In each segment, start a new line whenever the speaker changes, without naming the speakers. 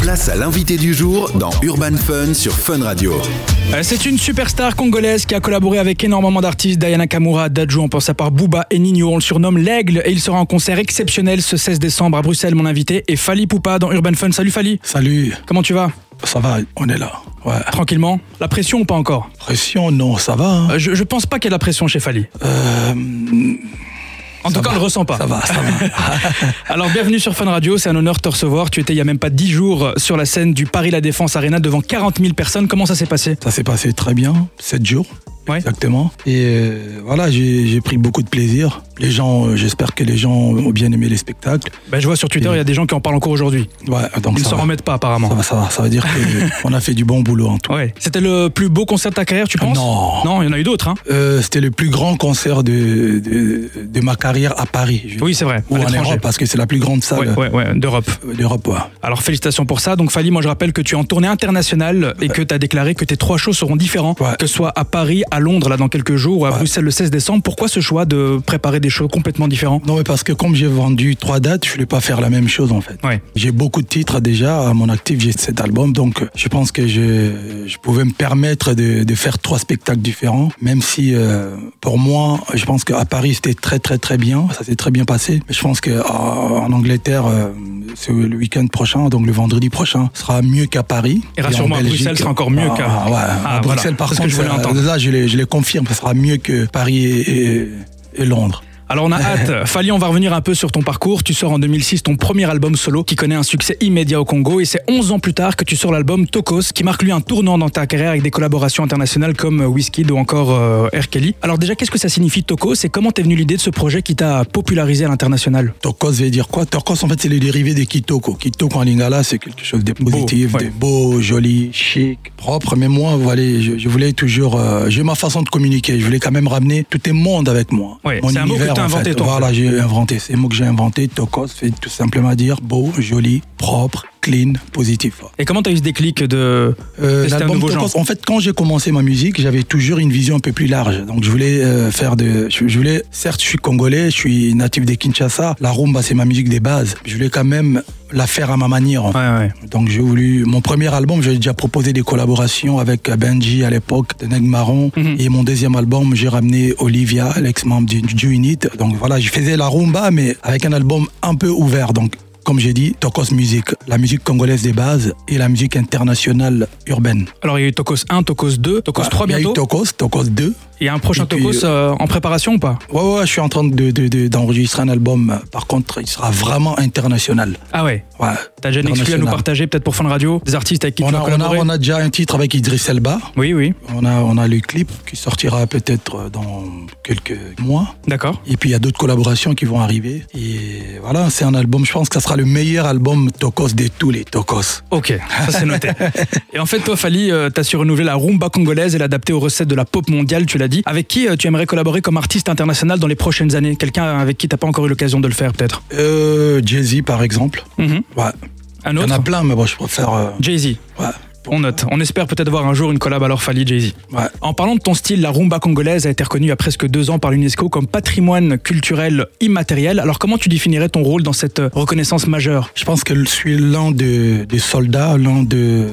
Place à l'invité du jour dans Urban Fun sur Fun Radio.
Euh, C'est une superstar congolaise qui a collaboré avec énormément d'artistes, Diana Kamura, Dadju, on pense à part Booba et Nino, on le surnomme l'Aigle et il sera en concert exceptionnel ce 16 décembre à Bruxelles, mon invité, et Fali Poupa dans Urban Fun. Salut Fali,
Salut,
comment tu vas
ça va, on est là. Ouais.
Tranquillement La pression ou pas encore
Pression, non, ça va. hein.
Euh, je, je pense pas qu'il y ait de la pression chez Fali.
Euh,
En tout
ça
cas, on
va,
le ressent pas.
Ça va, Ah, ça va.
Alors bienvenue sur Fun Radio, c'est un honneur de te recevoir. Tu étais il y a même pas 10 jours euh, sur la scène du Paris La Défense Arena devant 40 000 personnes. Comment ça s'est passé
ça s'est passé très bien, 7 jours.
Ouais.
Exactement. Et euh, voilà, j'ai j'ai pris beaucoup de plaisir. Les gens, euh, j'espère que les gens ont bien aimé les spectacles.
ben, Je vois sur Twitter, il y a des gens qui en parlent encore aujourd'hui.
Ouais, donc
Ils ne
ça
s'en
va.
remettent pas apparemment.
ça va, ça va. Ça veut dire qu'on a fait du bon boulot en tout.
Ouais. C'était le plus beau concert de ta carrière, tu penses
Non.
Non, il y en a eu d'autres. Hein.
Euh, C'était le plus grand concert de, de, de ma carrière à Paris. je-
Oui, c'est vrai.
Ou
à
en
l'étranger.
Europe, parce que c'est la plus grande
Ouais,
salle
ouais, ouais, d'Europe.
d'Europe. ouais.
hein. Alors félicitations pour ça. Donc Fali, moi je rappelle que tu es en tournée internationale et que tu as déclaré que tes trois shows seront différents,
Ouais.
que ce soit à Paris, à Londres là dans quelques jours ou à
Ouais.
Bruxelles le 16 décembre. Pourquoi ce choix de préparer des shows complètement différents
Non, mais parce que comme j'ai vendu trois dates, je voulais pas faire la même chose en fait.
Ouais.
J'ai beaucoup de titres déjà à mon actif, j'ai cet album, donc euh, je pense que je, je pouvais me permettre de, de faire trois spectacles différents, même si euh, pour moi, je pense qu'à Paris c'était très très très bien, ça s'est très bien passé, mais je pense que ah, en Angleterre, euh, c'est le week-end prochain, donc le vendredi prochain, sera mieux qu'à Paris.
Et rassure-moi,
en
à Bruxelles
Belgique-
sera encore mieux
Ah,
qu'à-
ah, ouais,
Ah,
à
voilà,
Bruxelles, par
c'est ce que
contre,
je voulais
ça-
entendre.
là, je les, je les confirme, ça sera mieux que Paris et- et- et Londres.
Alors on a hâte. Fali, on va revenir un peu sur ton parcours. Tu sors en 2006 ton premier album solo qui connaît un succès immédiat au Congo et c'est 11 ans plus tard que tu sors l'album Tokos qui marque lui un tournant dans ta carrière avec des collaborations internationales comme euh, Wizkid ou encore euh, R. Kelly. Alors déjà, qu'est-ce que ça signifie Tokos et comment t'es venu l'idée de ce projet qui t'a popularisé à l'international
Tokos veut dire quoi Tokos, en fait, c'est les dérivés des Kitoko. Kitoko en lingala, c'est quelque chose de positif,
ouais.
de beau, joli, chic, propre. Mais moi, voilà, je, je voulais toujours. euh, j'ai ma façon de communiquer. Je voulais quand même ramener tout le monde avec moi.
Ouais,
Mon
c'est un mot que
univers,
t'as
en
inventé,
fait.
toi, en
Voilà, j'ai inventé. C'est le mot que j'ai inventé. Tokos fait tout simplement dire beau, joli, propre, clean, positif.
Et comment t'as eu ce déclic de
Euh,
Tester un
l'album
nouveau
Tokos,
genre.
en fait, quand j'ai commencé ma musique, j'avais toujours une vision un peu plus large. Donc, je voulais euh, faire de. Je, je voulais. Certes, je suis congolais, je suis natif de Kinshasa. La rumba, c'est ma musique des bases. Je voulais quand même la faire à ma manière. en fait.
ouais, ouais.
Donc, j'ai voulu. Mon premier album, j'avais déjà proposé des collaborations avec Benji à l'époque, de Neg Marron.
Mhm.
Et mon deuxième album, j'ai ramené Olivia, l'ex-membre du, du Unit. Donc, voilà, je faisais la rumba, mais avec un album un peu ouvert. Donc, comme j'ai dit, Tokos Musique, la musique congolaise des bases et la musique internationale urbaine.
Alors il y a eu Tokos 1, Tokos 2, Tokos 3
Bah, Il y a
bientôt.
eu Tokos, Tokos 2.
Il y a un prochain
Et puis,
Tokos euh, en préparation ou pas
Ouais, ouais, je suis en train d'enregistrer de, de- d'enregistrer un album. Par contre, il sera vraiment international.
Ah ouais.
Ouais.
T'as déjà une exclu à nous
International.
partager peut-être pour Fun Radio des artistes avec qui
On
tu
a,
as
on, a,
collaboré
on a déjà un titre avec Idriss Elba.
Oui, oui.
On a, on a le clip qui sortira peut-être dans quelques mois.
D'accord.
Et puis, il y a d'autres collaborations qui vont arriver. Et voilà, c'est un album. Je pense que ça sera le meilleur album Tokos de tous les Tokos.
Ok, ça c'est noté. et en fait, toi, Fali, euh, t'as su renouveler la rumba congolaise et l'adapter aux recettes de la pop mondiale, tu l'as dit. Avec qui euh, tu aimerais collaborer comme artiste international dans les prochaines années Quelqu'un avec qui t'as pas encore eu l'occasion de le faire, peut-être
Euh, Jay-Z, par exemple.
Mhm.
Ouais.
Un
Il y en a
autre
plein, mais bon, je préfère. euh,
Jay-Z.
ouais.
On note. On espère peut-être voir un jour une collab alors Fali Jay-Z.
Ouais.
En parlant de ton style, la rumba congolaise a été reconnue il y a presque deux ans par l'UNESCO comme patrimoine culturel immatériel. Alors comment tu définirais ton rôle dans cette euh, reconnaissance majeure
Je pense que je suis l'un de- des soldats, l'un de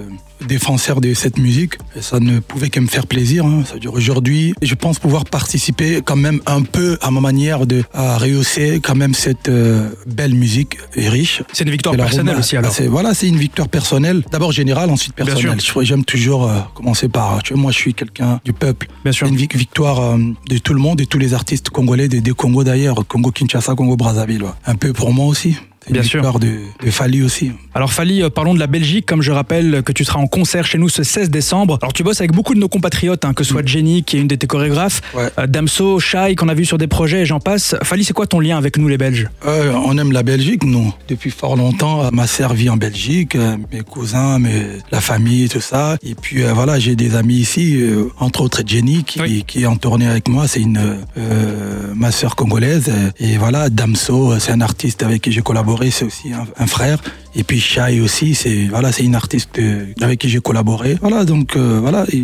défenseurs de cette musique. Et ça ne pouvait que me faire plaisir. hein. Ça veut dire aujourd'hui, je pense pouvoir participer quand même un peu à ma manière de à rehausser quand même cette euh, belle musique et riche.
C'est une victoire
C'est la
personnelle
rumba.
aussi alors.
Bah, c'est- voilà, c'est une victoire personnelle. D'abord générale, ensuite
Bien
personnelle. Je- J'aime toujours euh, commencer par. tu vois, moi, je suis quelqu'un du peuple.
Bien sûr.
C'est une vic- victoire euh, de tout le monde, de tous les artistes congolais, des, des Congo d'ailleurs, Congo Kinshasa, Congo Brazzaville. ouais. Un peu pour moi aussi. C'est une
Bien sûr.
victoire de, de Fali aussi.
Alors Fali, euh, parlons de la Belgique, comme je rappelle que tu seras en concert chez nous ce 16 décembre. Alors tu bosses avec beaucoup de nos compatriotes, hein, que ce soit Jenny, qui est une de tes chorégraphes,
Mm. Ouais.
euh, Damso, Shai, qu'on a vu sur des projets, et j'en passe. Fali, c'est quoi ton lien avec nous les Belges
Euh, on aime la Belgique, nous. Depuis fort longtemps, euh, ma sœur vit en Belgique, euh, mes cousins, mes, la famille, tout ça. Et puis euh, voilà, j'ai des amis ici, euh, entre autres Jenny qui,
Oui.
qui est en tournée avec moi. C'est une euh, ma sœur congolaise. Et voilà, Damso, euh, c'est un artiste avec qui j'ai collaboré collaboré, c'est aussi un, un frère. Et puis Shai aussi, c'est voilà, c'est une artiste euh, avec qui j'ai collaboré. Voilà, donc euh, voilà, et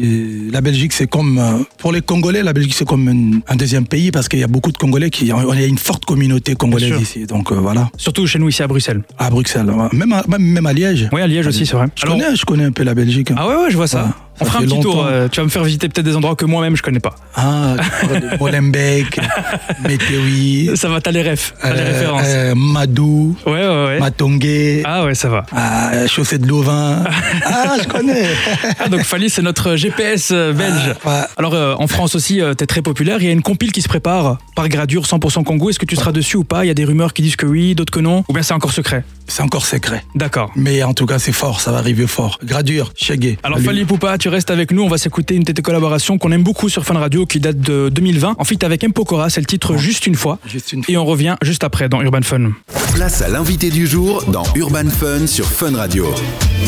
la Belgique c'est comme euh, pour les Congolais, la Belgique c'est comme une- un deuxième pays parce qu'il y a beaucoup de Congolais qui on a une forte communauté
Bien
congolaise
sûr.
ici. Donc euh, voilà,
Surtout chez nous ici à Bruxelles.
à Bruxelles, ouais. même à, même, même à Liège.
Oui, à Liège aussi, c'est vrai.
Je connais, je connais un peu la Belgique. hein.
Ah ouais, ouais, je vois ça.
Ouais,
On
ça
fera un
fait
petit tour.
longtemps.
euh, tu vas me faire visiter peut-être des endroits que moi-même je connais pas.
Ah, tu parles de Molenbeek, Météoui,
Ça va, t'as les refs, t'as les
euh,
références.
euh, Madou,
ouais, ouais, ouais.
Matongé,
Eh. Ah ouais, ça va.
ah, Chaussée de Louvain. ah, je connais.
Ah, donc Fali, c'est notre GPS euh, belge.
Ouais.
Alors euh, en France aussi, euh, t'es très populaire. Il y a une compile qui se prépare par gradure 100% Congo. Est-ce que tu seras dessus ou pas Il y a des rumeurs qui disent que oui, d'autres que non. Ou bien c'est encore secret
C'est encore secret.
D'accord.
Mais en tout cas, c'est fort, ça va arriver fort. Gradure, Chegué.
Alors
Salut.
Fali Poupa, tu restes avec nous. On va s'écouter une de tes collaborations qu'on aime beaucoup sur Fun Radio qui date de 2020. En feat avec M. Pokora, c'est le titre Juste une fois.
Juste une
Et on revient juste après dans Urban Fun.
Place à l'invité du jour dans Urban Fun sur Fun Radio.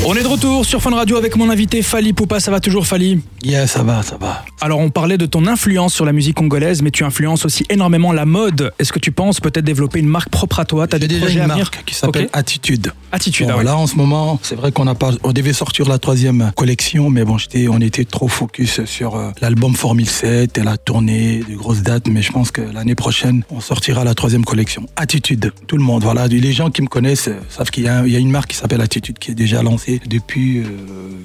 On est de retour sur Fun Radio avec mon invité Fali Poupa. Ça va toujours Fali
Yeah, ça va, ça va.
Alors on parlait de ton influence sur la musique congolaise, mais tu influences aussi énormément la mode. Est-ce que tu penses peut-être développer une marque propre à toi T'as
J'ai
des
déjà
projets
une
à venir
marque qui s'appelle
Ok.
Attitude.
Attitude.
Bon,
ah ouais.
Là, en ce moment, c'est vrai qu'on a pas, on devait sortir la troisième collection, mais bon, j'étais, on était trop focus sur euh, l'album 4007 et la tournée de grosses dates, mais je pense que l'année prochaine, on sortira la troisième collection. Attitude. Tout le monde, voilà. Les gens qui me connaissent euh, savent qu'il y a, il y a une marque qui s'appelle Attitude qui est déjà lancée depuis euh,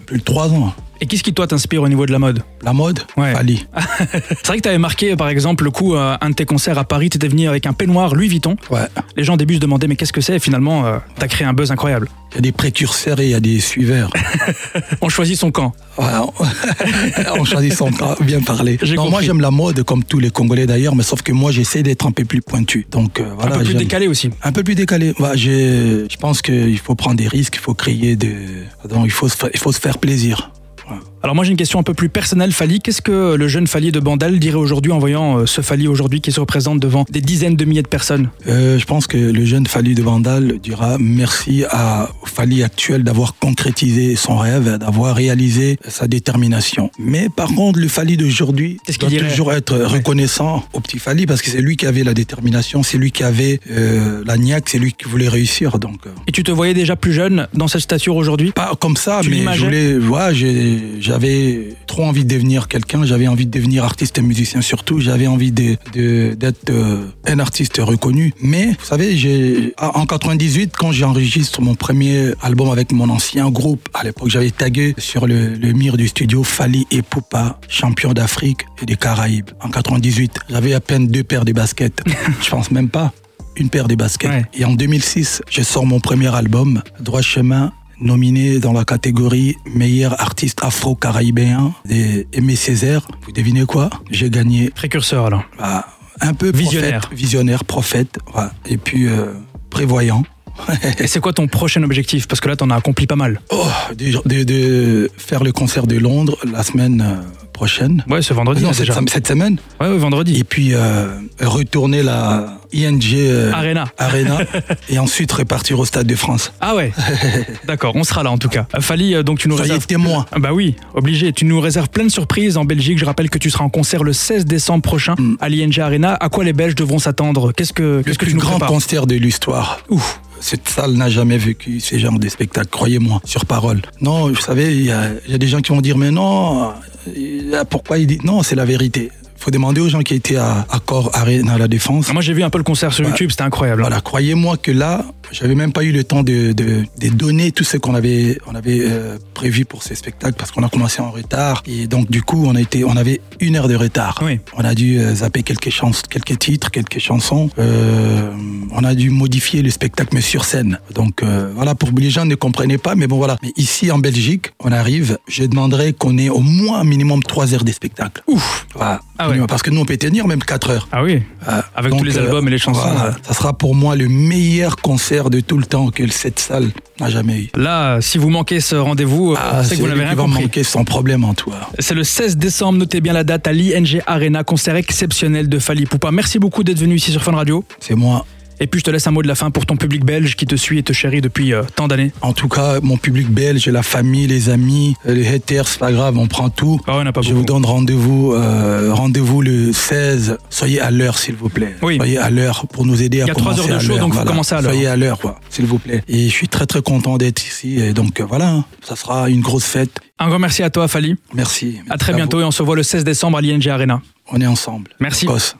plus de trois ans.
Et qu'est-ce qui toi t'inspire au niveau de la mode
La mode,
Ouais.
Fali.
C'est vrai que t'avais marqué par exemple le coup euh, un de tes concerts à Paris. T'étais venu avec un peignoir Louis Vuitton.
Ouais.
Les gens au début se demandaient mais qu'est-ce que c'est Et finalement euh, t'as créé un buzz incroyable.
Il y a des précurseurs et il y a des suiveurs.
On choisit son camp.
Voilà, on- on choisit son temps, bien parler.
J'ai
Non, moi
compris.
j'aime la mode comme tous les Congolais d'ailleurs, mais sauf que moi j'essaie d'être un peu plus pointu. Donc euh, voilà,
un peu plus
j'aime-
décalé aussi.
Un peu plus décalé. Voilà, j'ai- je pense qu'il faut prendre des risques, il faut créer de. Donc, il, faut se fa- il faut se faire plaisir.
Alors moi j'ai une question un peu plus personnelle Fali. Qu'est-ce que le jeune Fali de Bandal dirait aujourd'hui en voyant euh, ce Fali aujourd'hui qui se représente devant des dizaines de milliers de personnes
Euh, je pense que le jeune Fali de Vandal dira merci à au Fali actuel d'avoir concrétisé son rêve, d'avoir réalisé sa détermination. Mais par contre, le Fali d'aujourd'hui
Qu'est-ce qu'il
doit
dirait
toujours être reconnaissant au petit Fali parce que c'est lui qui avait la détermination, c'est lui qui avait euh, la niaque, c'est lui qui voulait réussir. Donc euh,
Et tu te voyais déjà plus jeune dans cette stature aujourd'hui
pas comme ça,
Tu
mais je
l'imageais
voulais, ouais, j'ai- j'avais trop envie de devenir quelqu'un, j'avais envie de devenir artiste et musicien surtout, j'avais envie de- de- d'être euh, un artiste reconnu. Mais, vous savez, j'ai- ah, en 98, quand j'enregistre mon premier album avec mon ancien groupe, à l'époque, j'avais tagué sur le, le mur du studio Fali et Poupa, champion d'Afrique et des Caraïbes. En 98, j'avais à peine deux paires de baskets. Je pense même pas. Une paire de baskets.
Ouais.
Et en 2006, je sors mon premier album, Droit Chemin, nominé dans la catégorie meilleur artiste afro-caribéen des Aimé Césaire. Vous devinez quoi J'ai gagné
Précurseur alors.
bah, un peu
Visionnaire.
prophète, visionnaire, prophète, voilà. et puis euh, prévoyant.
Et c'est quoi ton prochain objectif Parce que là t'en as accompli pas mal.
Oh, de, de- de faire le concert de Londres la semaine euh, prochaine.
Ouais, ce vendredi
non,
là,
cette,
déjà.
sem- cette semaine.
Ouais, ouais, vendredi.
Et puis euh, retourner la ING euh,
Arena.
Arena et ensuite repartir au Stade de France.
Ah ouais. D'accord, on sera là en tout cas. Euh, Fali, euh, donc tu nous
Soyez
réserves.
témoins.
Ah Bah oui, obligé. Tu nous réserves plein de surprises en Belgique. Je rappelle que tu seras en concert le 16 décembre prochain
Mm.
à l'ING Arena. À quoi les Belges devront s'attendre Qu'est-ce que
Le
qu'est-ce que
plus
tu nous
grand
prépares
concert de l'histoire.
Ouf.
Cette salle n'a jamais vécu ce genre de spectacle, croyez-moi, sur parole. Non, vous savez, il y, a il y a des gens qui vont dire, mais non, euh, pourquoi il dit... Non, c'est la vérité. faut demander aux gens qui étaient à Accor Arena à la Défense.
Ah, Moi j'ai vu un peu le concert sur
Bah,
YouTube, c'était incroyable.
Voilà, croyez-moi que là, j'avais même pas eu le temps de, de- de donner tout ce qu'on avait, on avait euh, prévu pour ce spectacle parce qu'on a commencé en retard. Et donc, du coup, on, a été, on avait une heure de retard.
Oui.
On a dû euh, zapper quelques, chans quelques titres, quelques chansons. Euh, on a dû modifier le spectacle, mais sur scène. Donc euh, voilà, pour les gens ne comprenaient pas, mais bon voilà. Mais ici en Belgique, on arrive, je demanderais qu'on ait au moins un minimum 3 heures de spectacle.
Ouf.
Voilà.
Ah ouais.
Parce que nous, on peut tenir même 4 heures.
Ah oui.
Ah,
Avec tous les albums et les chansons.
voilà,
euh.
ça sera pour moi le meilleur concert de tout le temps que cette salle n'a jamais eu.
Là, si vous manquez ce rendez-vous, euh,
Ah,
c'est que vous
celui
n'avez rien
qui va
compris.
manquer sans problème en toi.
C'est le 16 décembre, notez bien la date à l'ING Arena, concert exceptionnel de Fali Poupa. Merci beaucoup d'être venu ici sur Fun Radio.
C'est moi.
Et puis je te laisse un mot de la fin pour ton public belge qui te suit et te chérit depuis euh, tant d'années.
En tout cas, mon public belge, la famille, les amis, euh, les haters, c'est pas grave, on prend tout.
Ah ouais, on n'a pas
Je
beaucoup.
vous donne rendez-vous euh, rendez-vous le 16. Soyez à l'heure, s'il vous plaît.
Oui.
Soyez à l'heure pour nous aider à
y a trois
commencer
heures de
à
show,
l'heure,
donc faut
voilà.
commencer à l'heure.
Soyez à l'heure, quoi, s'il vous plaît. Et je suis très très content d'être ici. Et donc euh, voilà, hein, ça sera une grosse fête.
Un grand merci à toi, Fali.
Merci.
À très
vous.
bientôt et on se voit le 16 décembre à l'ING Arena.
On est ensemble.
Merci.
Boss.